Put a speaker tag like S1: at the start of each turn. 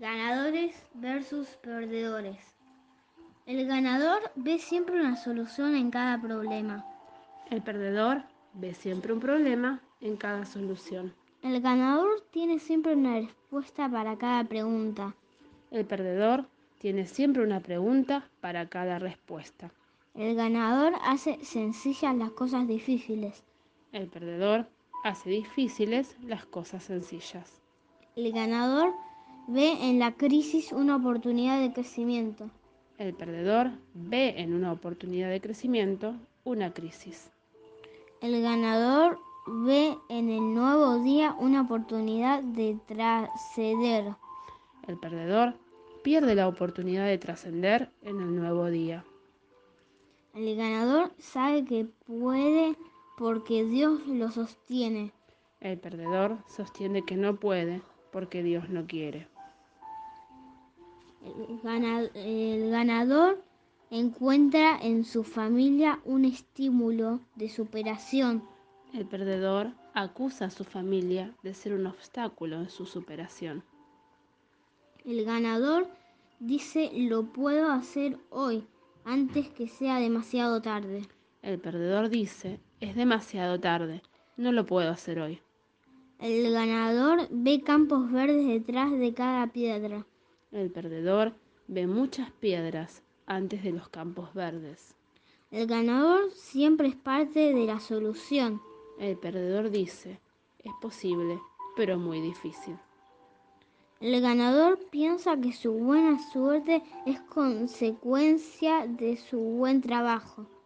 S1: Ganadores versus perdedores. El ganador ve siempre una solución en cada problema.
S2: El perdedor ve siempre un problema en cada solución.
S1: El ganador tiene siempre una respuesta para cada pregunta.
S2: El perdedor tiene siempre una pregunta para cada respuesta.
S1: El ganador hace sencillas las cosas difíciles.
S2: El perdedor hace difíciles las cosas sencillas.
S1: El ganador ve en la crisis una oportunidad de crecimiento.
S2: El perdedor ve en una oportunidad de crecimiento una crisis.
S1: El ganador ve en el nuevo día una oportunidad de trascender.
S2: El perdedor pierde la oportunidad de trascender en el nuevo día.
S1: El ganador sabe que puede porque Dios lo sostiene.
S2: El perdedor sostiene que no puede porque Dios no quiere.
S1: El, gana- el ganador encuentra en su familia un estímulo de superación.
S2: El perdedor acusa a su familia de ser un obstáculo en su superación.
S1: El ganador dice lo puedo hacer hoy antes que sea demasiado tarde.
S2: El perdedor dice, es demasiado tarde, no lo puedo hacer hoy.
S1: El ganador ve campos verdes detrás de cada piedra.
S2: El perdedor ve muchas piedras antes de los campos verdes.
S1: El ganador siempre es parte de la solución.
S2: El perdedor dice, es posible, pero muy difícil.
S1: El ganador piensa que su buena suerte es consecuencia de su buen trabajo.